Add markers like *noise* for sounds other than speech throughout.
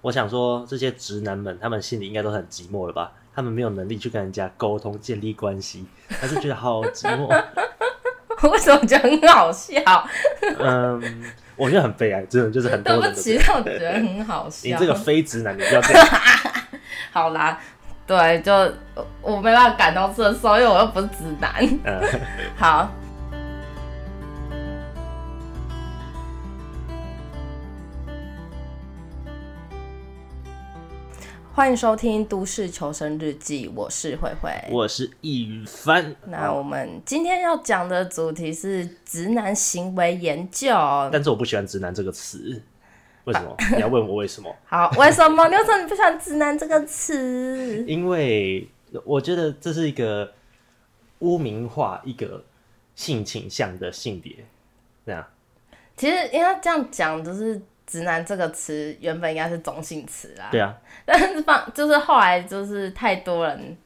我想说，这些直男们，他们心里应该都很寂寞了吧？他们没有能力去跟人家沟通、建立关系，还是觉得好寂寞。 *laughs* *laughs* 为什么觉得很好笑？嗯，我觉得很悲哀，真的就是很多对人不都起，但我觉得很好 *laughs* 笑。你这个非直男，你不要 *laughs* 这样。好啦，对，就我我没办法感同身受，因为我又不是直男。 *laughs* 嗯，好，欢迎收听《都市求生日记》，我是慧慧。我是一帆。那我们今天要讲的主题是直男行为 *laughs* 研究。但是我不喜欢“直男”这个词，为什么？你要问我为什么？ *laughs* 好，为什么？ *laughs* 你为什么你不喜欢“直男”这个词？因为我觉得这是一个污名化一个性倾向的性别，这样其实应该这样讲，就是“直男”这个词原本应该是中性词啦。 *laughs* 对啊，但是放就是后来就是太多人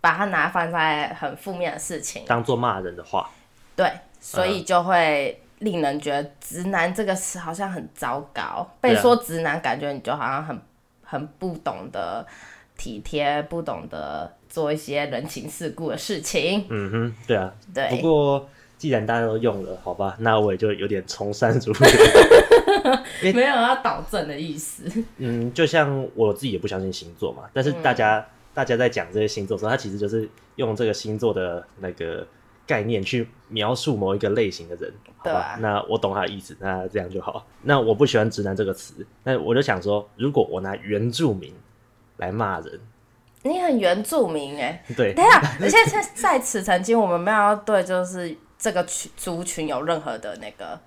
把它拿放在很负面的事情，当做骂人的话，对，所以就会令人觉得“直男”这个词好像很糟糕，被对啊说直男，感觉你就好像很很不懂得体贴，不懂得做一些人情世故的事情，嗯哼，对啊。不对。过既然大家都用了，好吧，那我也就有点从善如 *laughs* 流。欸没有要导正的意思，嗯，就像我自己也不相信星座嘛，但是嗯大家、大家在讲这些星座的时候，它其实就是用这个星座的那个概念去描述某一个类型的人，好对吧啊？那我懂他的意思，那这样就好。那我不喜欢“直男”这个词，那我就想说，如果我拿原住民来骂人，你很原住民哎、对等一下，而且在在此曾经，我们没有要对就是这个群族群有任何的那个，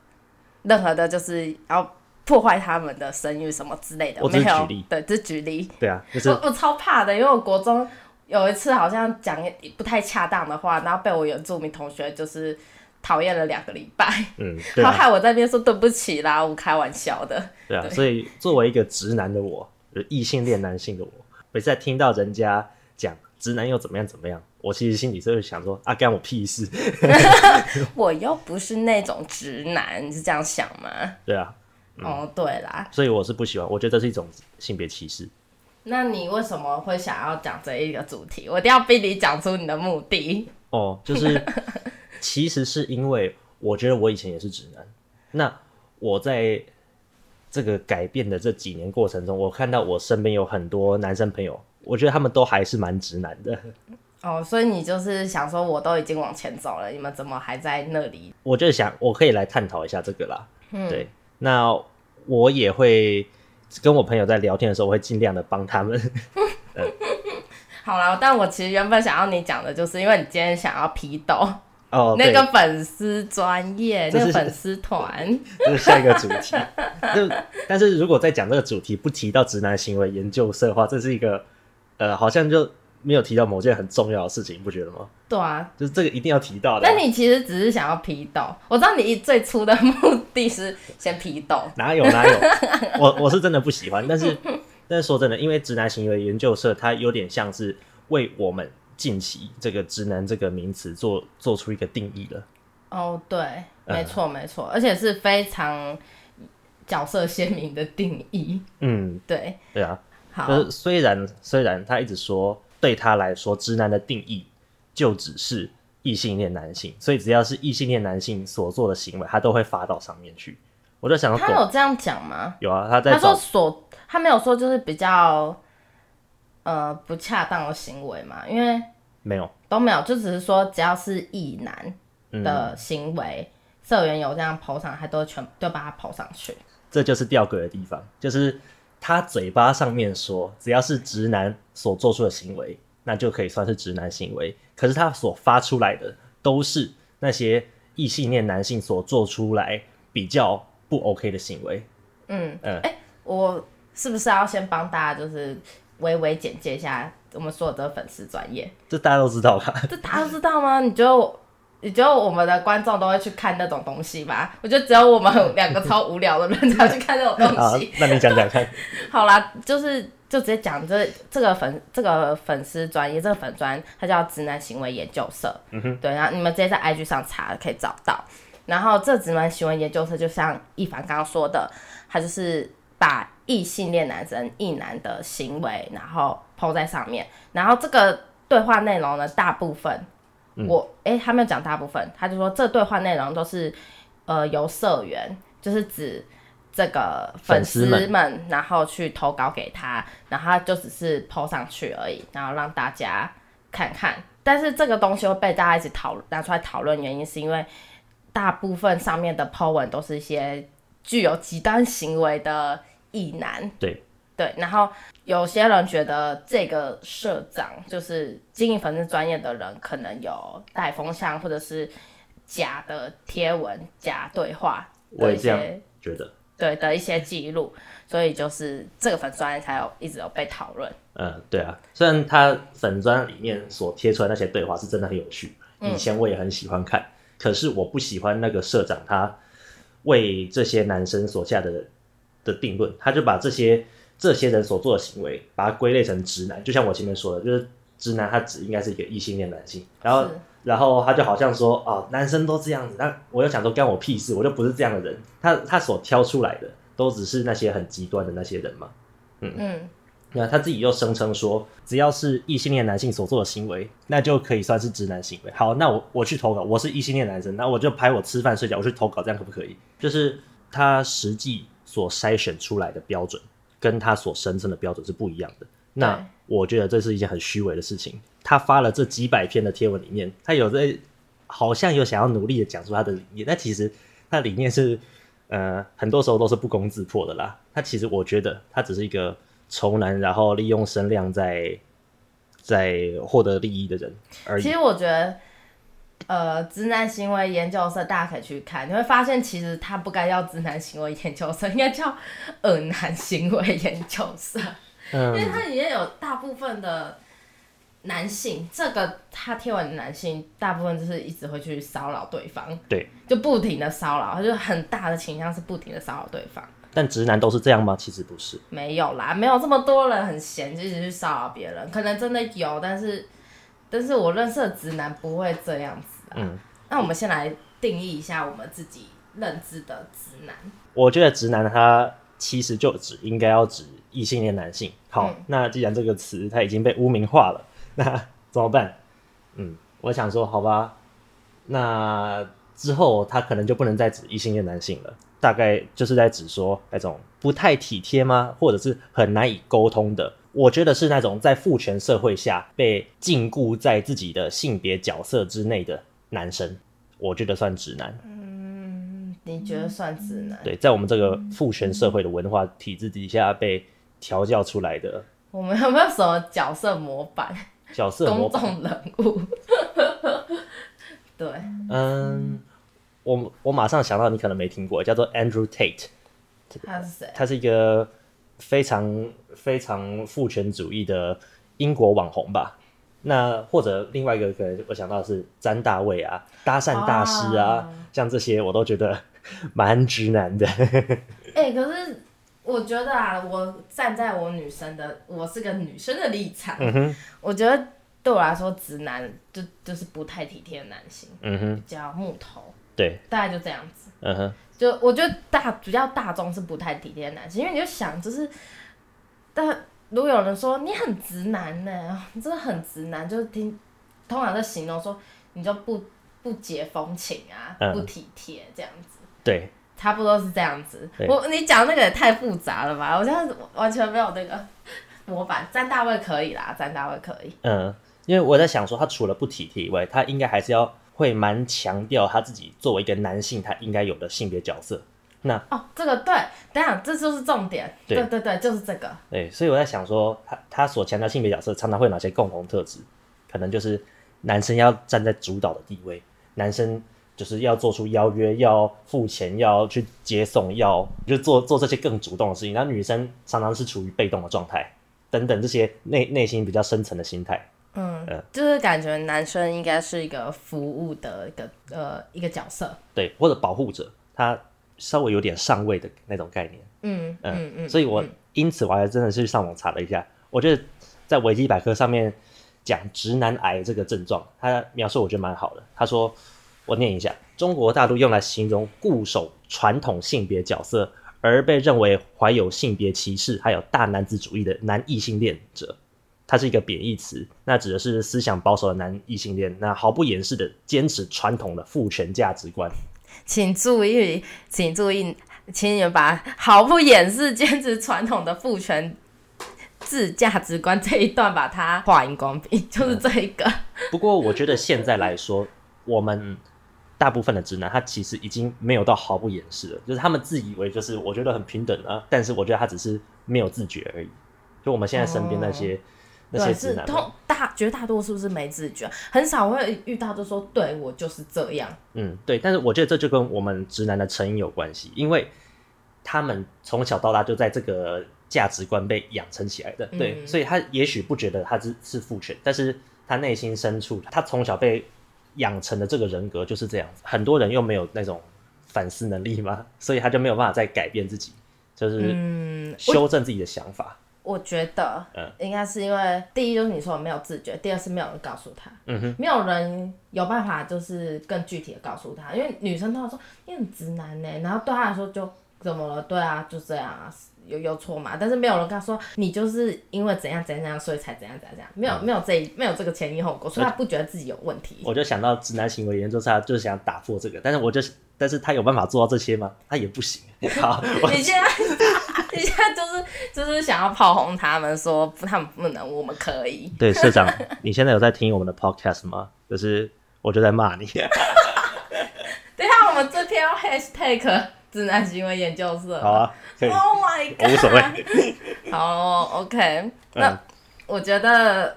任何的就是要破坏他们的声誉什么之类的，我只没是有举例，对，只是举例。对啊，就是我我超怕的，因为我国中有一次好像讲不太恰当的话，然后被我原住民同学就是讨厌了两个礼拜，嗯， *laughs* 对然后啊，害我在那边说对不起啦，我开玩笑的。对啊。对所以作为一个直男的我，就是异性恋男性的我，每次在听到人家讲直男又怎么样怎么样，我其实心里是会想说啊，干我屁事。 *laughs* 我又不是那种直男，你是这样想吗？对啊，哦，对啦，所以我是不喜欢，我觉得这是一种性别歧视。那你为什么会想要讲这一个主题？我一定要逼你讲出你的目的。哦，就是其实是因为我觉得我以前也是直男，那我在这个改变的这几年过程中，我看到我身边有很多男生朋友，我觉得他们都还是蛮直男的。哦，所以你就是想说，我都已经往前走了，你们怎么还在那里？我就想，我可以来探讨一下这个啦。嗯对，那我也会跟我朋友在聊天的时候，我会尽量的帮他们。 *laughs* 好啦，但我其实原本想要你讲的就是，因为你今天想要批斗、哦，那对个粉丝专业，这那是个粉丝团，这是下一个主题。 *laughs* 那但是如果在讲这个主题不提到直男行为研究社的话，这是一个呃，好像就没有提到某件很重要的事情，你不觉得吗？对啊。就是这个一定要提到的。啊那你其实只是想要批斗，我知道你最初的目的是先批斗，哪有哪有， *laughs* 我我是真的不喜欢。但是但是说真的，因为直男行为研究社它有点像是为我们近期这个直男这个名词做做出一个定义了。哦，对，嗯没错没错，而且是非常角色鲜明的定义，嗯，对，对啊，好，就是虽然虽然他一直说对他来说，直男的定义就只是异性恋男性，所以只要是异性恋男性所做的行为，他都会发到上面去。我就想他说，有这样讲吗？有啊，他在他说找所，他没有说就是比较呃不恰当的行为嘛，因为没有，嗯都没有，就只是说只要是异男的行为，社员有这样抛上，他都全都把它抛上去。这就是吊诡的地方，就是他嘴巴上面说只要是直男所做出的行为，那就可以算是直男行为，可是他所发出来的都是那些异性恋男性所做出来比较不 OK 的行为。嗯，哎、嗯我是不是要先帮大家就是微微简介一下我们所有的粉丝专 *laughs* 业？这大家都知道吧？这大家都知道吗？你觉得我？你觉得我们的观众都会去看那种东西吧？我觉得只有我们两个超无聊的人才会去看那种东啊西。，那你讲讲看。 *laughs* 好啦，就是就直接讲这这个粉这个粉丝专业，这个粉专它叫直男行为研究社，嗯哼，对，然后你们直接在 IG 上查可以找到。然后这直男行为研究社就像一凡刚刚说的，它就是。把异性恋男生、异男的行为，然后抛在上面，然后这个对话内容呢，大部分、嗯我诶，他没有讲大部分，他就说这对话内容都是呃由社员，就是指这个粉粉丝丝们们，然后去投稿给他，然后他就只是抛上去而已，然后让大家看看。但是这个东西会被大家一直讨拿出来讨论，原因是因为大部分上面的 po 文都是一些具有极端行为的异男，对对，然后有些人觉得这个社长就是经营粉丝专业的人，可能有带风向或者是假的贴文、假对话我的也一这样些觉得，对的一些记录，所以就是这个粉丝专业才有一直有被讨论。嗯，对啊，虽然他粉砖里面所贴出来那些对话是真的很有趣，以前我也很喜欢看，可是我不喜欢那个社长他为这些男生所下的的定论，他就把这些这些人所做的行为，把它归类成直男，就像我前面说的，就是直男他只应该是一个异性恋男性，然后是然后他就好像说啊，男生都这样子，那我就想说干我屁事，我就不是这样的人，他他所挑出来的都只是那些很极端的那些人嘛。嗯，那他自己又声称说，只要是异性恋男性所做的行为，那就可以算是直男行为。好，那我我去投稿，我是异性恋男生，那我就拍我吃饭睡觉，我去投稿，这样可不可以？就是他实际所筛选出来的标准，跟他所声称的标准是不一样的。那对我觉得这是一件很虚伪的事情。他发了这几百篇的贴文里面，他有在好像有想要努力的讲出他的理念，但其实他的理念是呃，很多时候都是不攻自破的啦。他其实我觉得他只是一个仇男，然后利用声量在在获得利益的人而其已。实我觉得。呃，直男行为研究社大家可以去看，你会发现其实它不该叫直男行为研究社， *laughs* 应该叫恶男行为研究社。因为嗯，它里面有大部分的男性，这个他贴完的男性，大部分就是一直会去骚扰对方，对。就不停的骚扰，他就很大的倾向是不停的骚扰对方。但直男都是这样吗？其实不是。没有啦，没有这么多人很闲，就一直去骚扰别人，可能真的有，但是但是我认识的直男不会这样子啊。嗯那我们先来定义一下我们自己认知的直男。我觉得直男他其实就只应该要指异性恋男性。好，嗯那既然这个词它已经被污名化了，那怎么办？嗯，我想说，好吧，那之后他可能就不能再指异性恋男性了，大概就是在指说那种不太体贴吗，或者是很难以沟通的。我觉得是那种在父权社会下被禁锢在自己的性别角色之内的男生，我觉得算直男。嗯，你觉得算直男？对，在我们这个父权社会的文化体制底下被调教出来的我们有没有什么角色模板？角色模公板，众人物。 *laughs* 对，嗯，我我马上想到你可能没听过，叫做 Andrew Tate，他是谁？他是一个非常非常父权主义的英国网红吧。那或者另外一个可能我想到的是詹大卫啊，搭讪大师啊，哦像这些我都觉得 *laughs* 蛮直男的。哎、可是我觉得啊，我站在我女生的，我是个女生的立场，嗯哼，我觉得对我来说，直男就就是不太体贴的男性，嗯哼，比较木头，对，大概就这样子。嗯哼，就我觉得大比较大众是不太体贴的男性，因为你就想就是，但如果有人说你很直男呢、你真的很直男，就是听通常在形容说你就不不解风情啊，嗯不体贴这样子，对，差不多是这样子。对我你讲那个也太复杂了吧，我现在完全没有那个 *laughs* 模板。占大卫可以啦，占大卫可以，嗯，因为我在想说，他除了不体贴以外，他应该还是要会蛮强调他自己作为一个男性，他应该有的性别角色。那哦，这个对，等一下这就是重点，对对对，就是这个。对，所以我在想说，他他所强调性别角色常常会有哪些共同特质？可能就是男生要站在主导的地位，男生就是要做出邀约，要付钱，要去接送，要就做做这些更主动的事情。然后女生常常是处于被动的状态，等等这些内内心比较深层的心态。嗯，就是感觉男生应该是一个服务的一个呃一个角色。对，或者保护者，他稍微有点上位的那种概念。嗯嗯嗯，所以我因此我还真的是上网查了一下，我觉得在维基百科上面讲直男癌这个症状，他描述我觉得蛮好的。他说，我念一下，中国大陆用来形容固守传统性别角色而被认为怀有性别歧视还有大男子主义的男异性恋者。它是一个贬义词，那指的是思想保守的男异性恋，那毫不掩饰的坚持传统的父权价值观。请注意，请注意，请你们把毫不掩饰坚持传统的父权制价值观这一段把它画荧光笔，嗯就是这一个。不过，我觉得现在来说，我们大部分的直男，他其实已经没有到毫不掩饰了，就是他们自以为就是我觉得很平等啊，但是我觉得他只是没有自觉而已。就我们现在身边那些、那些哦对，直是男们，通大绝大多数是没自觉，很少会遇到就说对我就是这样。嗯，对，但是我觉得这就跟我们直男的成因有关系，因为他们从小到大就在这个价值观被养成起来的，对，嗯所以他也许不觉得他是是父权，但是他内心深处，他从小被养成的这个人格就是这样子。很多人又没有那种反思能力嘛，所以他就没有办法再改变自己，就是嗯，修正自己的想法。我觉得嗯应该是因为第一就是你说的没有自觉，第二是没有人告诉他，嗯哼，没有人有办法就是更具体的告诉他，因为女生通常说你很直男呢、然后对他来说就怎么了？对啊，就这样啊，有有错嘛？但是没有人跟他说你就是因为怎样怎样怎样，所以才怎样怎样怎样，没有、没有这一没有这个前因后果，所以他不觉得自己有问题。嗯我就想到直男行为研究，他就是想打破这个，但是我就，但是他有办法做到这些吗？他也不行。 *laughs* 好，我 *laughs* 你现在，你现在就是就是想要炮轰他们说他们不能，我们可以。对，社长， *laughs* 你现在有在听我们的 podcast 吗？就是我就在骂 *laughs* 你，等一下，我们这篇要 hashtag 直男行为研究社。好啊，可以， Oh my 我 god！无所 *laughs* 谓。好哦，OK 那。嗯我觉得，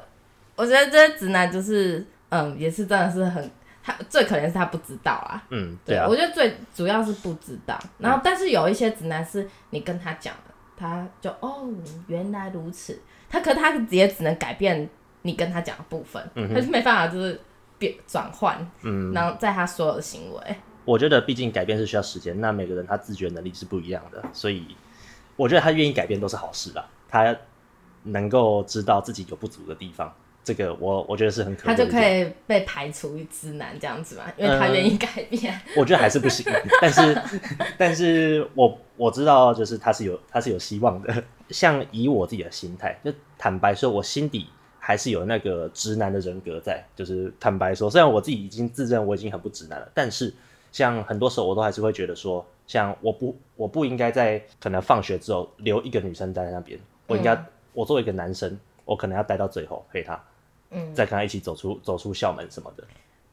我觉得这些直男就是，嗯，也是真的是很，他最可怜是他不知道啊。嗯，对啊嗯我，觉得最主要是不知道。然后，但是有一些直男是你跟他讲了，他就哦，原来如此。他可他也只能改变你跟他讲的部分，他就没办法就是变转换，嗯，然后在他所有的行为。我觉得毕竟改变是需要时间，那每个人他自觉能力是不一样的，所以我觉得他愿意改变都是好事啦。他能够知道自己有不足的地方，这个我我觉得是很可他贵的就一可点。以被排除于直男这样子嘛，嗯因为他愿意改变。 *laughs* 我觉得还是不行，但是，但是我我知道，就是他是有他是有希望的。像以我自己的心态，就坦白说，我心底还是有那个直男的人格在。就是坦白说，虽然我自己已经自认我已经很不直男了，但是像很多时候我都还是会觉得说，像我不我不应该在可能放学之后留一个女生待在那边，我应该、我作为一个男生，我可能要待到最后陪她，嗯，再跟她一起走出走出校门什么的。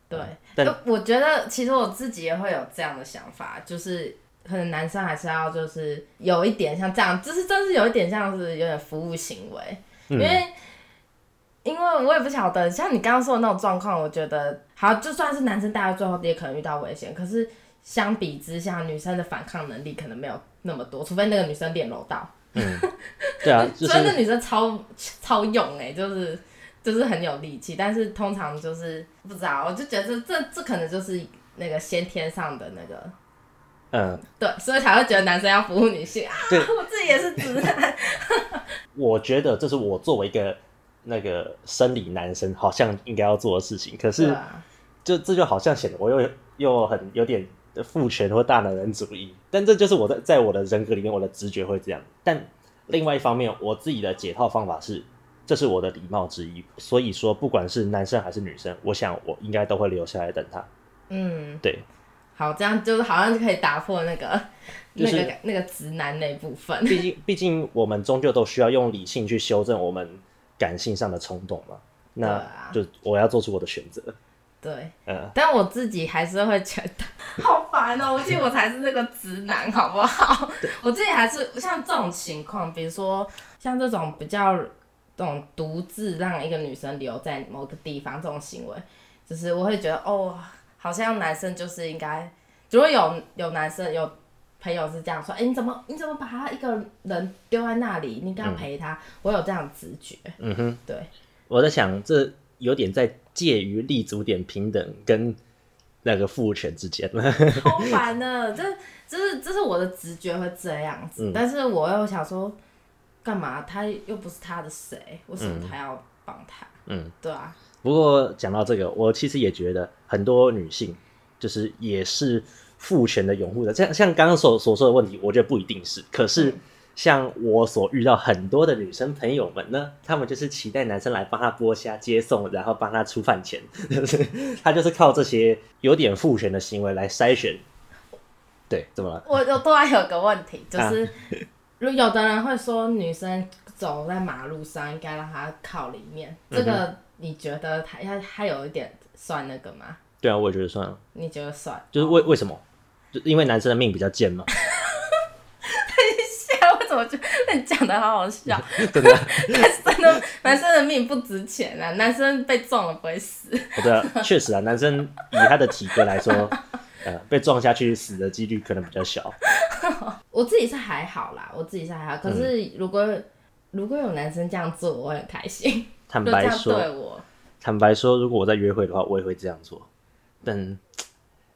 对，但呃我觉得其实我自己也会有这样的想法，就是可能男生还是要就是有一点像这样，就是真是有一点像是有点服务行为，嗯因为因为我也不晓得，像你刚刚说的那种状况，我觉得好，就算是男生待到最后也可能遇到危险，可是相比之下，女生的反抗能力可能没有那么多，除非那个女生练柔道，对 *laughs* 啊，就所以那是女生超超勇哎、就是就是很有力气，但是通常就是不知道，我就觉得这这这可能就是那个先天上的那个。嗯。对，所以才会觉得男生要服务女性啊！对我自己也是直男，我觉得这是我作为一个那个生理男生好像应该要做的事情，可对是啊，就这就好像显得我又又很有点父权或大男人主义，但这就是我在在我的人格里面，我的直觉会这样。但另外一方面，我自己的解套方法是，这是我的礼貌之一，所以说不管是男生还是女生，我想我应该都会留下来等他。嗯，对，好，这样就是好像就可以打破那个、就是那个那个直男那部分。毕竟，毕竟我们终究都需要用理性去修正我们感性上的冲动嘛。那对啊就我要做出我的选择，对，嗯。但我自己还是会觉得 *laughs* 好烦哦、我觉得我才是那个直男，好不好？我自己还是像这种情况，比如说像这种比较这种独自让一个女生留在某个地方这种行为，就是我会觉得哦，好像男生就是应该，如果有有男生有朋友是这样说，哎、你怎么你怎么把他一个人丢在那里？你应该陪他。我有这样的直觉，嗯哼，对，我在想，这有点在介于立足点平等跟那个父权之间。 *laughs* 好烦的，这这是这是我的直觉会这样子，嗯但是我又想说，干嘛？他又不是他的谁，为什么他要帮他？嗯，对啊，不过讲到这个，我其实也觉得很多女性就是也是父权的拥护者。像像刚刚所所说的问题，我觉得不一定是。可是嗯像我所遇到很多的女生朋友们呢，她们就是期待男生来帮她剥虾、接送，然后帮她出饭钱， *laughs* 就是她就是靠这些有点父权的行为来筛选。对，怎么了？我我突然有个问啊题，就是、如有的人会说女生走在马路上应该让她靠里面，嗯这个你觉得她她她有一点算那个吗？对啊，我也觉得算了，你觉得算？ *laughs* 就是为为什么？就因为男生的命比较贱嘛，现我怎么觉得你讲的好好笑？ *laughs* 真的。啊男生的男生的命不值钱啊，男生被撞了不会死。我 *laughs* 的确实啊，男生以他的体格来说，呃，被撞下去死的几率可能比较小。我自己是还好啦，我自己是还好，可嗯是如果、如果有男生这样做，我会很 *laughs* 开心，坦就这白样对说，我。坦白说，如果我在约会的话，我也会这样做。但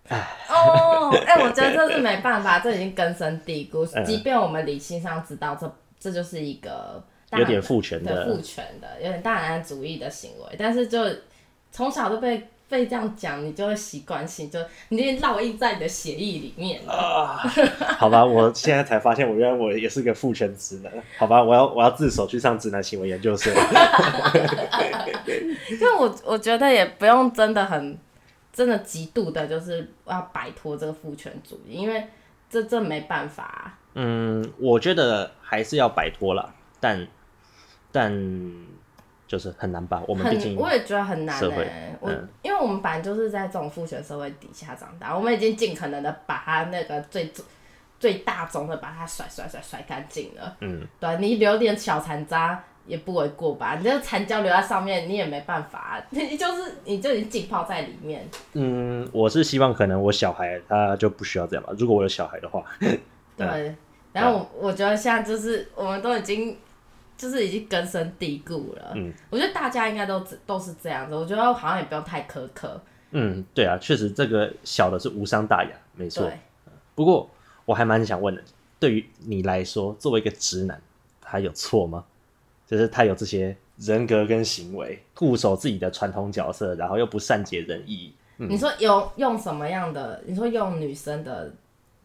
哦，哎、我觉得这是没办法，这已经根深蒂固 *laughs* 嗯。即便我们理性上知道这这就是一个大有点父权对的父，权的，有点大男子主义的行为，但是就从小都被被这样讲，你就会习惯性就你已经烙印在你的血液里面了。啊好吧？我现在才发现，我原来我也是个父权直男。好吧，我要我要自首去上直男行为研究生。因为我我觉得也不用真的很真的极度的，就是要摆脱这个父权主义，因为这这没办法啊、 *laughs* 嗯，我觉得还是要摆脱啦，但但就是很难吧？我们毕很，竟我也觉得很难社呢、会我、嗯因为我们本来就是在这种父权社会底下长大，我们已经尽可能的把它那个最最大宗的把它甩甩甩甩干净了。嗯，对啊你留点小残渣也不为过吧？你这个残胶留在上面，你也没办法、啊，你就是你就已经浸泡在里面。嗯，我是希望可能我小孩他就不需要这样吧。如果我有小孩的话，对对，然后我我觉得现在就是我们都已经就是已经根深蒂固了。嗯，我觉得大家应该都只都是这样子，我觉得好像也不用太苛刻。嗯，对啊，确实这个小的是无伤大雅，没错。对，不过我还蛮想问的，对于你来说，作为一个直男，他有错吗？就是他有这些人格跟行为，固守自己的传统角色，然后又不善解人意。你说有用什么样的？你说用女生的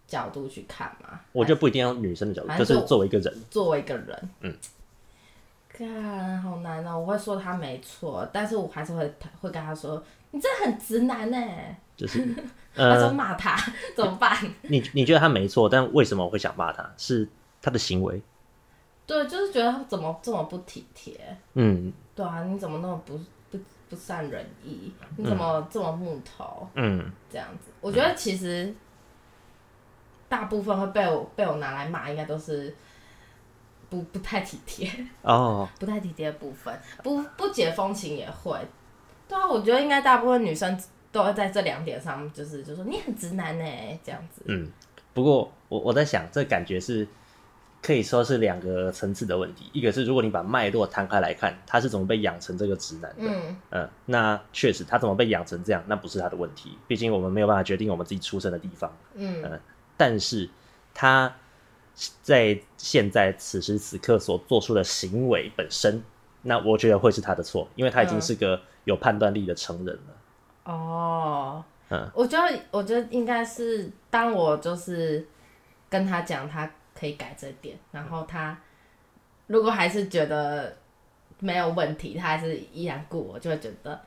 角度去看吗？我觉得不一定要女生的角度，反就正是就作为一个人，作为一个人，嗯，看好难哦。我会说他没错，但是我还是会会跟他说，你真的很直男呢。就是他说呃，骂他 *laughs* 怎么办？你你觉得他没错，但为什么会想骂他？是他的行为。对，就是觉得他怎么这么不体贴。嗯对啊，你怎么那么不不不善人意？你怎么这么木头、嗯，这样子？我觉得其实大部分会被我被我拿来骂，应该都是不不太体贴、 *laughs* 哦，不太体贴的部分，不不解风情也会。对啊，我觉得应该大部分女生都会在这两点上，就是就说你很直男呢、这样子。嗯，不过我我在想，这感觉是可以说是两个层次的问题。一个是如果你把脉络摊开来看，他是怎么被养成这个直男的，嗯，嗯，那确实他怎么被养成这样，那不是他的问题，毕竟我们没有办法决定我们自己出生的地方。嗯呃但是他在现在此时此刻所做出的行为本身，那我觉得会是他的错，因为他已经嗯是个有判断力的成人了。哦，嗯我觉得，我觉得应该是当我就是跟他讲，他可以改这点，然后他如果还是觉得没有问题，他还是依然顾我，就会觉得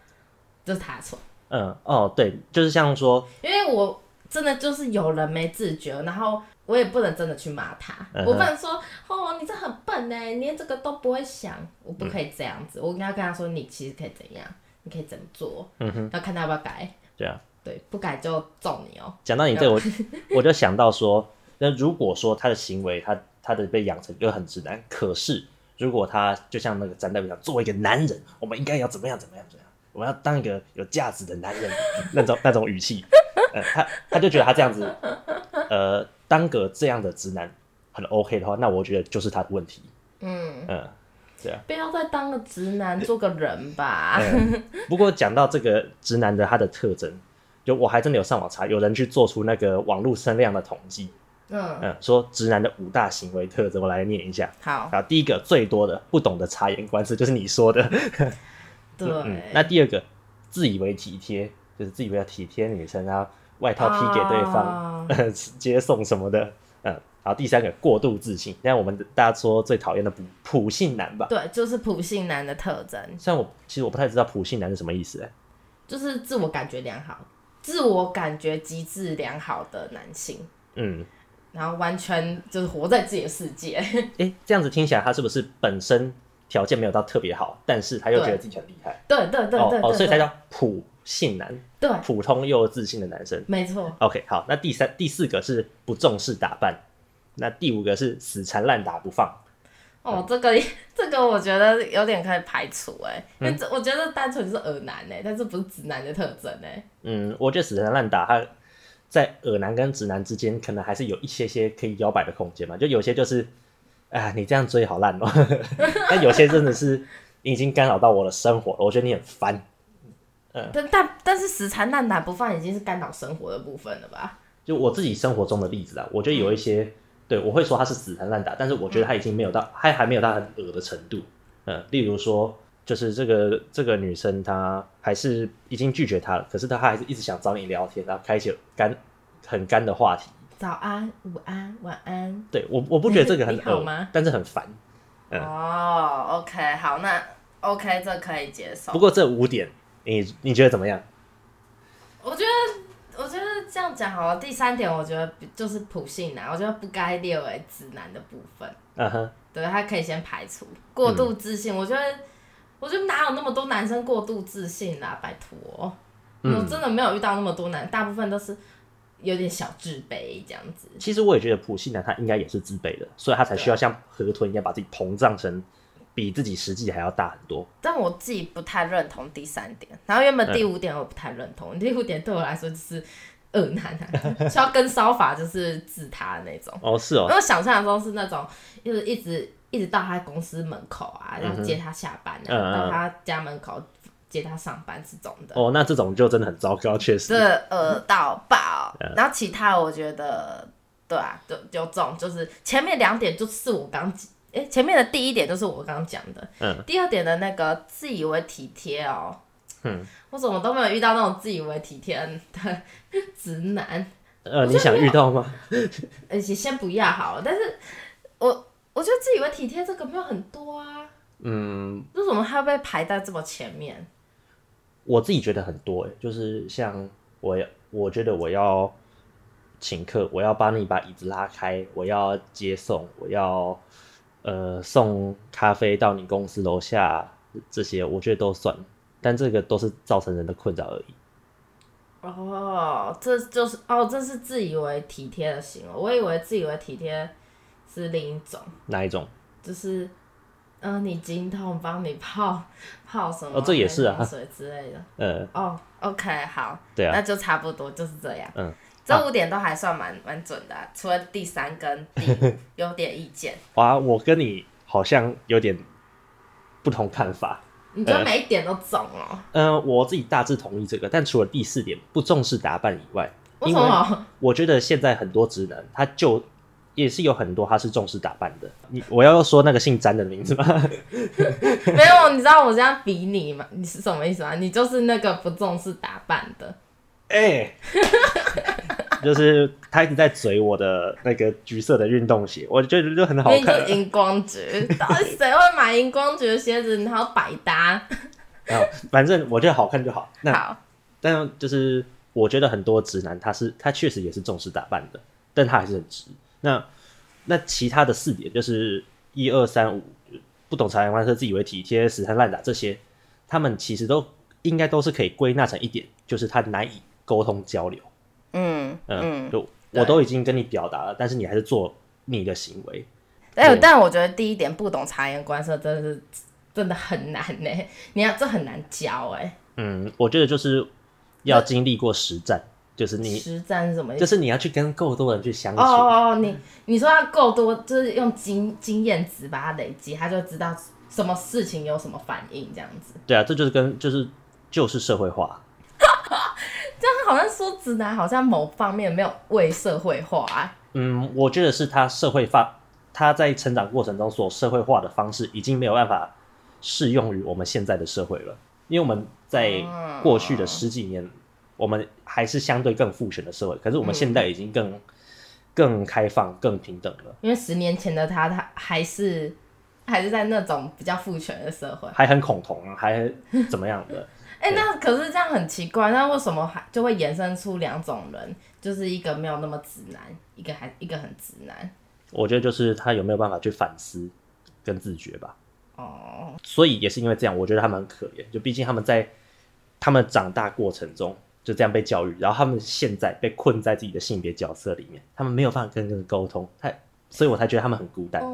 这是他的错，嗯，哦，对，就是像说，因为我真的就是有人没自觉，然后我也不能真的去骂他，嗯哼我不能说哦你这很笨呢，你连这个都不会想，我不可以这样子，我应该跟他说你其实可以怎样，你可以怎么做，嗯哼，要看他要不要改，对啊，对，不改就揍你哦、讲到你这个，我我 *laughs* 就想到说，那如果说他的行为，他他的被养成就很直男，可是如果他就像那个张代表讲，作为一个男人，我们应该要怎么样怎么样怎么样，我们要当一个有价值的男人，那种 *laughs* 那种语气，呃，他他就觉得他这样子，呃，当个这样的直男很 OK 的话，那我觉得就是他的问题，嗯，嗯。不要再当个直男，做个人吧。嗯不过讲到这个直男的他的特征，就我还真的有上网查，有人去做出那个网络声量的统计，嗯，嗯，说直男的五大行为特征，我来念一下。好，啊，第一个最多的不懂得察言观色，就是你说的。嗯对，嗯，那第二个自以为体贴，就是自以为要体贴女生啊，外套披给对方，啊 *laughs* 接送什么的。嗯，好，第三个过度自信，那我们大家说最讨厌的普普信男吧。对，就是普信男的特征，虽然我其实我不太知道普信男是什么意思、欸，就是自我感觉良好、自我感觉极致良好的男性，嗯，然后完全就是活在自己的世界。 *laughs* 诶、这样子听起来他是不是本身条件没有到特别好，但是他又觉得自己很厉害？对对对对哦对哦，所以才对叫普信男，对，普通又自信的男生。没错。 OK，好，那第三、第四个是不重视打扮，那第五个是死缠烂打不放。哦，这个这个我觉得有点可以排除哎、嗯因为这我觉得单纯是耳男哎、但是不是直男的特征哎、嗯，我觉得死缠烂打，他在耳男跟直男之间，可能还是有一些些可以摇摆的空间嘛。就有些就是，啊，你这样追好烂哦。 *laughs* 那有些真的是你已经干扰到我的生活了，我觉得你很烦。但但但是死缠烂打不放已经是干扰生活的部分了吧？就我自己生活中的例子啊，我觉得嗯有一些，对我会说他是死缠烂打，但是我觉得他已经没有嗯到，他还没有到很恶的程度。嗯，例如说，就是这个这个女生她还是已经拒绝他了，可是她还是一直想找你聊天，然后开启干很干的话题。早安、午安、晚安。对我我不觉得这个很你好恶吗但是很烦。嗯哦，OK，好，那 OK，这可以接受不。过这五点，你你觉得怎么样？我觉得，我觉得这样讲好了。第三点，我觉得比就是普信啊男，我觉得不该列为直男的部分。嗯哼，对，他可以先排除过度自嗯信。我觉得，我觉得哪有那么多男生过度自信啦、拜托，嗯我真的没有遇到那么多男，大部分都是有点小自卑这样子。其实我也觉得普信男他应该也是自卑的，所以他啊才需要像河豚一样把自己膨胀成比自己实际还要大很多。但我自己不太认同第三点，然后原本第五点我不太认同，第五点对我来说就是恶男啊， *laughs* 需要跟骚法就是治他的那种。哦，是哦因，为我想象中是那种，就是一直一直到他公司门口啊，然后接他下班啊，嗯嗯嗯到他家门口接他上班这种的，哦，那这种就真的很糟糕，确这实。恶到爆。嗯然后其他我觉得，对啊，就有这种，就是前面两点就是我刚。诶，前面的第一点就是我刚讲的，嗯第二点的那个自以为体贴哦，嗯，我怎么都没有遇到那种自以为体贴的 *laughs* 直男，呃，你想遇到吗？而且呃先不要好了，但是我我觉得自以为体贴这个没有很多啊，嗯，为什么他被排在这么前面？我自己觉得很多、欸，就是像我，我觉得我要请客，我要帮你把椅子拉开，我要接送，我要呃送咖啡到你公司楼下，这些我觉得都算，但这个都是造成人的困扰而已。哦，这就是哦，这是自以为体贴的行为，我以为自以为体贴是另一种，哪一种？就是嗯、呃你经痛帮你泡泡什么，哦这也是啊水之类的。呃，哦，OK，好，对那啊，就差不多就是这样。嗯，这五点都还算蛮蛮准的啊、除了第 *laughs* 三跟第五有点意见。哇，我跟你好像有点不同看法。你呃觉得每一点都中哦？嗯，我自己大致同意这个，但除了第四点不重视打扮以外，为因什么？我觉得现在很多直男他就也是有很多他是重视打扮的。你我要说那个姓詹的名字吗？ *laughs* 没有，你知道我这样比你吗？你是什么意思啊？你就是那个不重视打扮的。哎、 *laughs* 就是他一直在嘴我的那个橘色的运动鞋，我觉得就很因好为你就看是荧光橘，到底谁会买荧光橘的鞋子？然后百搭，啊。反正我觉得好看就好。那好，但就是我觉得很多直男他是他确实也是重视打扮的，但他还是很直。那那其他的四点就是一二三五，不懂察言观色、自以为体贴、死缠烂打这些，他们其实都应该都是可以归纳成一点，就是他难以沟通交流。嗯嗯。就对我都已经跟你表达了，但是你还是做你的行为。哎、对但我觉得第一点不懂察言观色，真的是真的很难呢、你要这很难教哎、嗯，我觉得就是要经历过实战，就是你实战是什么意思？就是你要去跟够多人去相处。哦哦，哦，你你说要够多，就是用经经验值把它累积，他就知道什么事情有什么反应，这样子。对啊，这就是跟就是就是社会化。这样好像说直男好像某方面没有为社会化、啊，嗯，我觉得是他社会化，他在成长过程中所社会化的方式已经没有办法适用于我们现在的社会了，因为我们在过去的十几年，我们还是相对更父权的社会，可是我们现在已经更、更开放、更平等了，因为十年前的他，他还是还是在那种比较父权的社会。还很恐同啊，还怎么样的？哎、对那可是这样很奇怪，那为什么还就会衍生出两种人，就是一个没有那么直男，一个还一个很直男。我觉得就是他有没有办法去反思跟自觉吧。哦，所以也是因为这样，我觉得他们很可怜。就毕竟他们在他们长大过程中就这样被教育，然后他们现在被困在自己的性别角色里面，他们没有办法跟人沟通，他所以我才觉得他们很孤单。嗯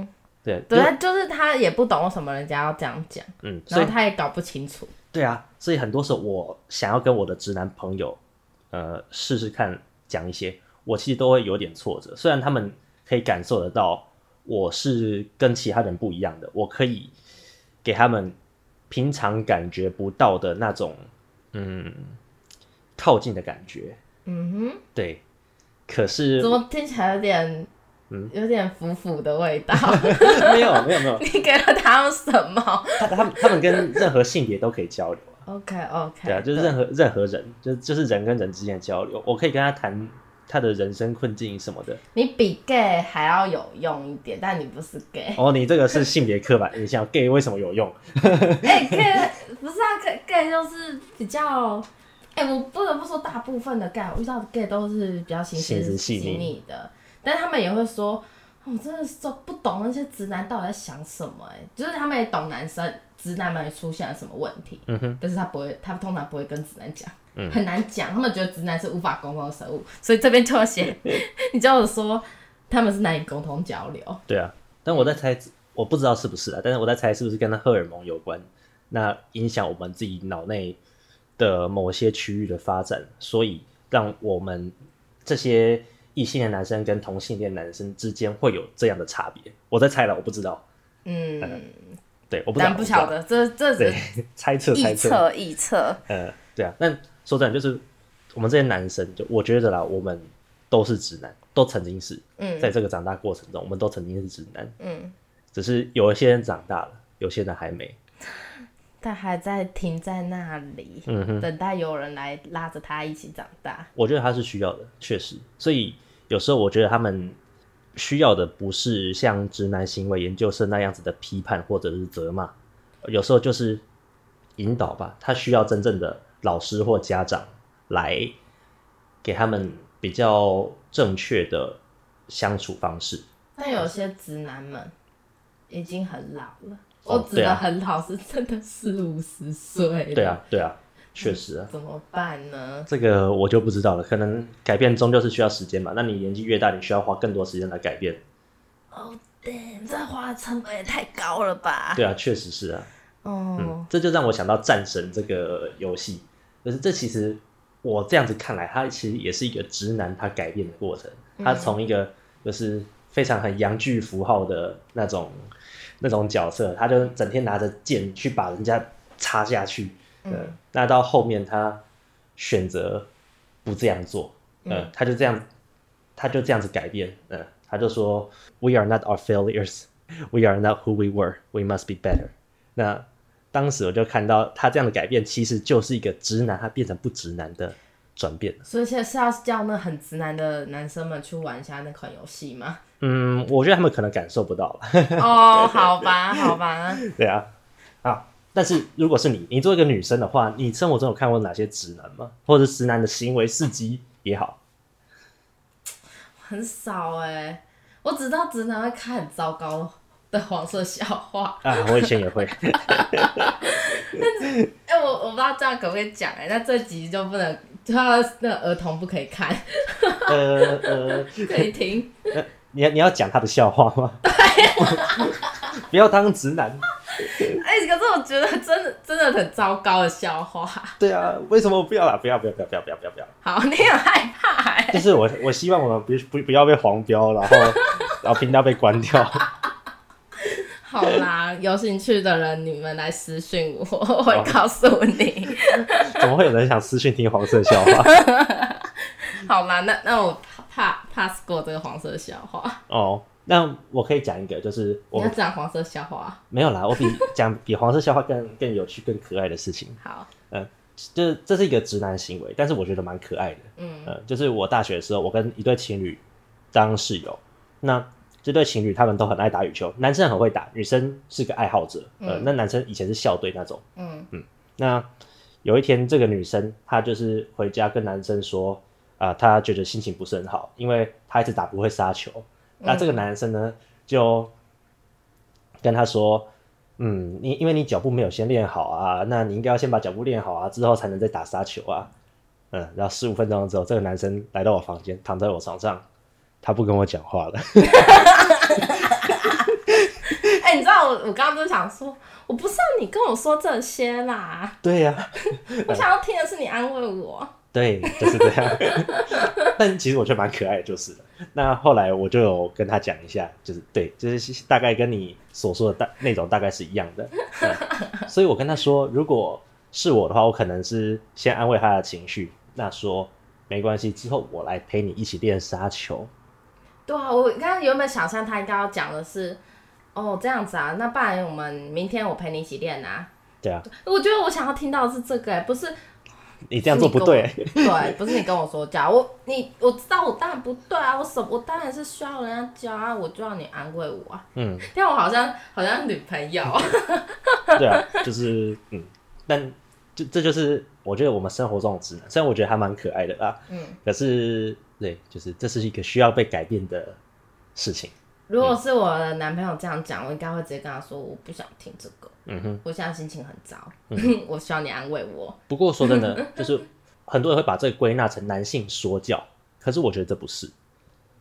哦，对就对，就是他也不懂为什么人家要这样讲，嗯，然所以后他也搞不清楚。对啊，所以很多时候我想要跟我的直男朋友，呃，试试看讲一些，我其实都会有点挫折。虽然他们可以感受得到我是跟其他人不一样的，我可以给他们平常感觉不到的那种，嗯，靠近的感觉。嗯对，可哼，是嗯怎么听起来有点，有点腐腐的味道？ *laughs* *laughs* 没有没有没有，你给了他们什么他他们他们跟任何性别都可以交流啊。 ？OK OK，对啊，就是任何任何人，就就是人跟人之间的交流，我可以跟他谈他的人生困境什么 *laughs* 的。你比 gay 还要有用一点，但你不是 gay。哦，你这个是性别刻板印象，gay 为什么有用？ *laughs* 哎、gay 不是啊，gay gay 就是比较，哎、我不得不说，大部分的 gay 我遇到的 gay 都是比较心心思思细细腻腻的，但他们也会说，哦我、真的是不懂那些直男到底在想什么、哎，就是他们也懂男生直男们出现了什么问题，嗯哼，嗯但是他不会，他通常不会跟直男讲，很难讲。他们觉得直男是无法沟通的生物，所以这边就 *laughs* 要写，你就有说他们是难以沟通交流。对啊，但我在猜，我不知道是不是啊，但是我在猜是不是跟他荷尔蒙有关，那影响我们自己脑内的某些区域的发展，所以让我们这些异性恋男生跟同性恋男生之间会有这样的差别。我在猜了，我不知道，嗯，对，呃我不知道，但不晓得，得这这对只，猜测猜臆测，测臆测，呃，对啊，但说真的，就是我们这些男生，就我觉得啦，我们都是直男，都曾经是，嗯在这个长大过程中，我们都曾经是直男，嗯，只是有一些人长大了，有些人还没。他还在停在那里，嗯哼，等待有人来拉着他一起长大。我觉得他是需要的，确实。所以有时候我觉得他们需要的不是像直男行为研究生那样子的批判或者是责骂，有时候就是引导吧。他需要真正的老师或家长来给他们比较正确的相处方式。但有些直男们已经很老了，哦我指对啊的很老是真的四五十岁了，对啊，对啊，确实啊。怎么办呢？这个我就不知道了，可能改变终究是需要时间吧。那你年纪越大，你需要花更多时间来改变。哦，对，这花的成本也太高了吧？对啊，确实是啊。哦、嗯，这就让我想到《战神》这个游戏，就是这其实我这样子看来，它其实也是一个直男他改变的过程。他从一个就是非常很洋剧符号的那种那种角色，他就整天拿着剑去把人家插下去。嗯、那到后面他选择不这样做，嗯，他就这样，他就这样子改变，嗯，他就说，We are not our failures, we are not who we were, we must be better。那当时我就看到他这样的改变，其实就是一个直男他变成不直男的转变。所以现在是要叫那很直男的男生们去玩一下那款游 *laughs* 戏吗？嗯，我觉得他们可能感受不到吧。哦，好吧，好吧， *laughs* 对啊，啊，但是如果是你，你做一个女生的话，你生活中有看过哪些直男吗？或者直男的行为事迹也好？很少哎、我只知道直男会看很糟糕的黄色笑话。啊，我以前也会。哎、我我不知道这样可不可以讲哎、那这集就不能，就要那个儿童不可以看，呃呃，可以听。你要你要讲他的笑话吗？ *laughs* 不要当直男。哎、可是我觉得真的真的很糟糕的笑话。对啊，为什么不要啦？不要不要不要不要不要不要不要！好，你很害怕哎、就是我我希望我们不不不要被黄标，然后然后频道被关掉。 *laughs* 好啦，有兴趣的人你们来私信我，我会告诉你。怎么会有人想私讯听黄色笑话？好啦，那那我怕 pass 过这个黄色笑话。哦，那我可以讲一个，就是你我要讲黄色笑话，没有啦，我比讲比黄色笑话更更有趣、更可爱的事情。好，嗯，就是这是一个直男行为，但是我觉得蛮可爱的。嗯呃，就是我大学的时候，我跟一对情侣当室友，那这对情侣他们都很爱打羽球，男生很会打，女生是个爱好者。呃，嗯那男生以前是校队那种。嗯那有一天，这个女生她就是回家跟男生说，啊、她觉得心情不是很好，因为她一直打不会杀球。那这个男生呢，就跟她说，嗯，你因为你脚步没有先练好啊，那你应该要先把脚步练好啊，之后才能再打杀球啊。嗯，然后十五分钟之后，这个男生来到我房间，躺在我床上，他不跟我讲话了。哎、你知道我我刚刚就想说，我不是要你跟我说这些啦，对呀、我想要听的是你安慰我。对，就是这样。 *laughs* 但其实我觉得蛮可爱的，就是了那后来我就有跟他讲一下，就是对，就是大概跟你所说的大内容大概是一样的、嗯所以我跟他说，如果是我的话，我可能是先安慰他的情绪，那说没关系，之后我来陪你一起练杀球。对啊，我刚刚原本想象他应该要讲的是，哦这样子啊，那不然我们明天我陪你一起练啊。对啊，我觉得我想要听到的是这个、哎不是你这样做不对。对，不是你跟我说教我，你我知道我当然不对啊，我什我当然是需要人家教啊，我就要你安慰我啊。嗯，但我好像好像女朋 *laughs* 友，对啊，就是嗯，但就这就是我觉得我们生活中的直男，虽然我觉得他蛮可爱的啦，嗯，可是，对，就是这是一个需要被改变的事情。如果是我的男朋友这样讲，我应该会直接跟他说我不想听这个，嗯哼。我现在心情很糟，嗯 *laughs* 我需要你安慰我。不过说真的，就是很多人会把这个归纳成男性说教，可是我觉得这不是。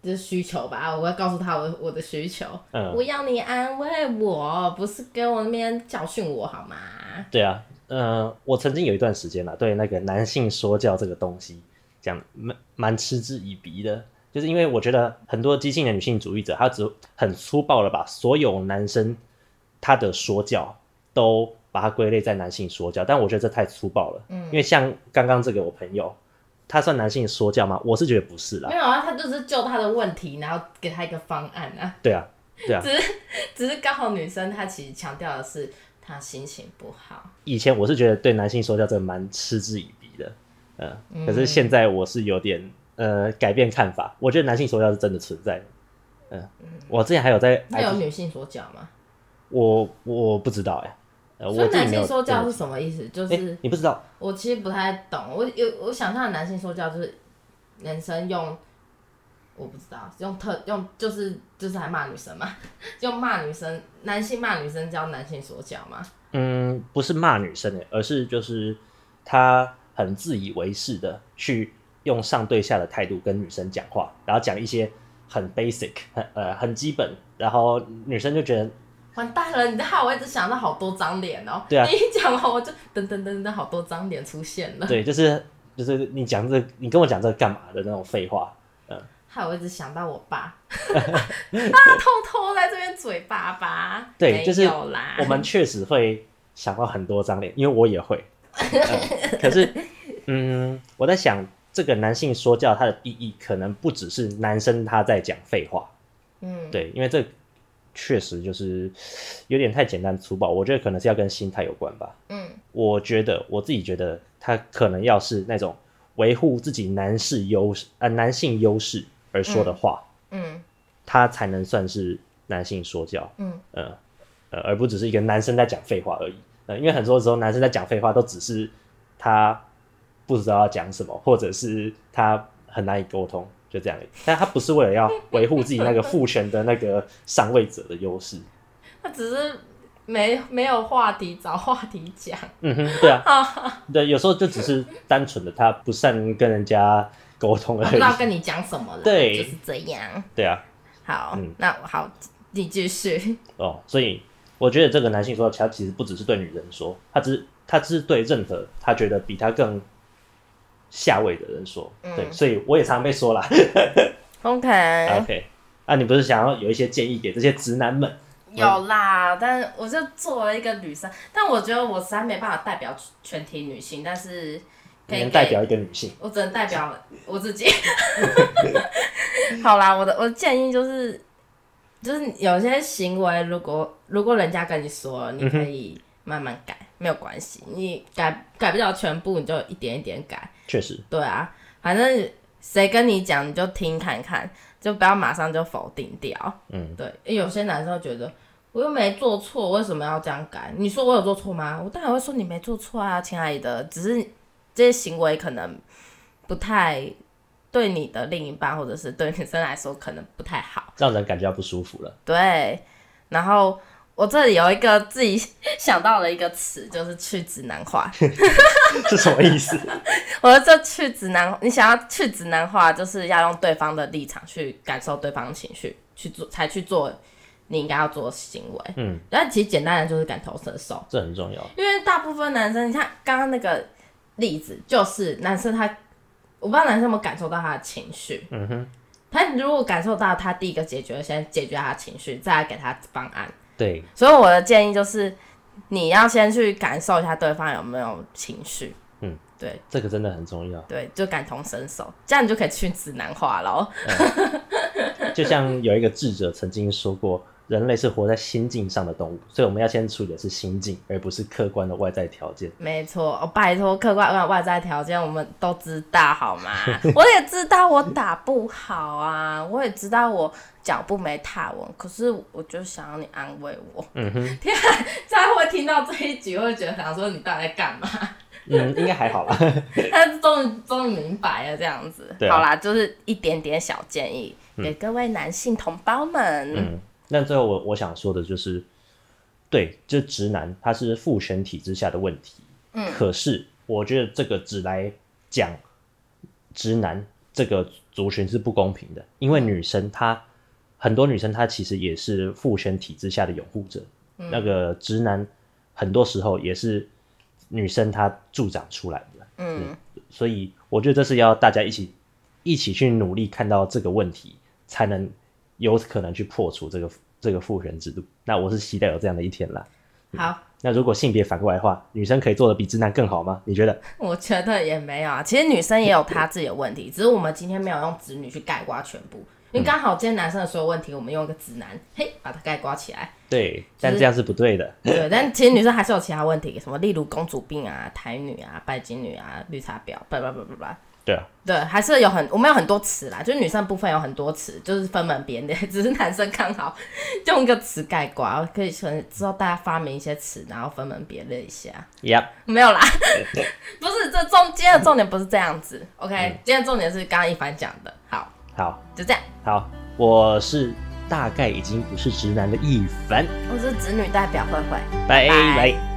这是需求吧，我会告诉他我我的需求，嗯我要你安慰我，不是给我那边教训我好吗？对啊，呃，我曾经有一段时间啦，对那个男性说教这个东西讲蛮蛮嗤之以鼻的，就是因为我觉得很多激进的女性主义者，他只很粗暴的把所有男生他的说教都把它归类在男性说教，但我觉得这太粗暴了。嗯因为像刚刚这个我朋友，他算男性说教吗？我是觉得不是啦没。有啊，他就是就他的问题，然后给他一个方案啊， *laughs* 对啊，对啊，只是刚好女生她其实强调的是她心情不好，以前我是觉得对男性说教真的蛮嗤之以鼻的，呃，可是现在我是有点呃改变看法，我觉得男性说教是真的存在的，呃，我之前还有在那 IG，有女性说教吗？我我不知道哎、呃，所我以自己男没有性说教真是的什么意思？就哎、是你不知道我其实不太懂，我有我想象的男性说教就是男生用，我不知道用特用就是就是还骂女生嘛， *laughs* 用骂女生，男性骂女生叫男性说教嘛。嗯，不是骂女生的，而是就是他很自以为是的去用上对下的态度跟女生讲话，然后讲一些很 basic 很呃很基本，然后女生就觉得完蛋了，你知道我一直想到好多张脸哦。对啊你一讲完我就噔噔噔噔，好多张脸出现 *laughs* 了。对，就是就是你讲这你跟我讲这个干嘛的那种废话，害我一直想到我 *laughs* 爸，爸偷偷在这边嘴巴巴。对，没就是有啦。我们确实会想到很多张脸，因为我也会。嗯可是，嗯，我在想，这个男性说教它的意义可能不只是男生他在讲废话，嗯，对，因为这确实就是有点太简单粗暴，我觉得可能是要跟心态有关吧。嗯，我觉得我自己觉得他可能要是那种维护自己男士优势呃男性优势而说的话，嗯他才能算是男性说教，嗯，呃呃，而不只是一个男生在讲废话而已。呃，因为很多时候男生在讲废话都只是他不知道要讲什么，或者是他很难以沟通，就这样而已。但他不是为了要维护自己那个父权的那个上位者的优势。他只是没没有话题找话题讲。 *laughs* 嗯哼，对啊，对，有时候就只是单纯的他不善跟人家沟通我不 *laughs* 而知道已。跟你讲什么了，对就是这样。对啊，好，嗯那我好，你继续。哦，所以我觉得这个男性说，他其实不只是对女人说，他只他只是对任何他觉得比他更下位的人说。嗯对，所以我也常被说啦。 OK， *laughs* OK，啊，你不是想要有一些建议给这些直男们？有啦，但是我就作为一个女生，但我觉得我实在没办法代表全体女性，但是可你以能代给表一个女性？我只能代表我自 *laughs* 己。好啦，我的我的建议就是，嗯就是有些行为，如果如果人家跟你说，你可以慢慢改，没有关系，你改改不了全部，你就一点一点改。确实，对啊，反正谁跟你讲你就听看看，就不要马上就否定掉。嗯，对，因为有些男生会觉得我又没做错，为什么要这样改？你说我有做错吗？我当然会说你没做错啊，亲爱的，只是这些行为可能不太对你的另一半或者是对女生来说可能不太好。让人感觉到不舒服了。 *laughs* 对，然后我这里有一个自己想到了一个词，就是去直男化。是什么意思？ *laughs* 我说这去直男，你想要去直男化，就是要用对方的立场去感受对方的情绪，去做才去做你应该要做的行为。嗯，但其实简单的就是感同身受，这很重要。因为大部分男生，你看刚刚那个例子，就是男生他，我不知道男生有没有感受到他的情绪。嗯哼，他如果感受到，他第一个解决先解决他的情绪，再来给他方案。对，所以我的建议就是，你要先去感受一下对方有没有情绪。嗯，对。这个真的很重要。对，就感同身受，这样你就可以去指南化咯。就像有一个智者曾经说过，人类是活在心境上的动物，所以我们要先处理的是心境，而不是客观的外在条件。没错，哦，拜托，客观外外在条件我们都知道好吗？ *laughs* 我也知道我打不好啊，我也知道我脚步没踏稳，可是我就想要你安慰我。 *laughs* 嗯哼，天啊，大家会听到这一集会觉得想说你到底在干嘛？嗯，应该还好啦。但是终于终于明白了这样子。对啊好啦，就是一点点小建议、给各位男性同胞们。嗯，那最后我我想说的就是，对，就直男他是父权体制下的问题。嗯，可是我觉得这个只来讲直男这个族群是不公平的，因为女生她很多女生她其实也是父权体制下的拥护者，那个直男很多时候也是女生她助长出来的。嗯所以我觉得这是要大家一起一起去努力，看到这个问题，才能有可能去破除这个这个父权制度。那我是期待有这样的一天啦。嗯好，那如果性别反过来的话，女生可以做的比直男更好吗？你觉得？ *laughs* 我觉得也没有啊，其实女生也有她自己的问题，只是我们今天没有用子女去概括全部，因为刚好今天男生的所有问题，我们用一个直男，嘿，把它概括起来。对，但这样是不对的。对，但其实女生还是有其他问题，什么例如公主病啊、台女啊、拜金女啊、绿茶婊，叭叭叭叭叭。对啊，对，还是有很我们有很多词啦，就是女生部分有很多词，就是分门别类， *laughs* 只是男生刚好用一个词概括，可以可能之后大家发明一些词，然后分门别类一下。呀、 *laughs* 没有啦， *laughs* 不是这中间的重点不是这样子。OK，、今天重点是刚刚一凡讲的，好，好就这样。好，我是大概已经不是直男的一凡，我是子女代表慧慧，拜拜拜。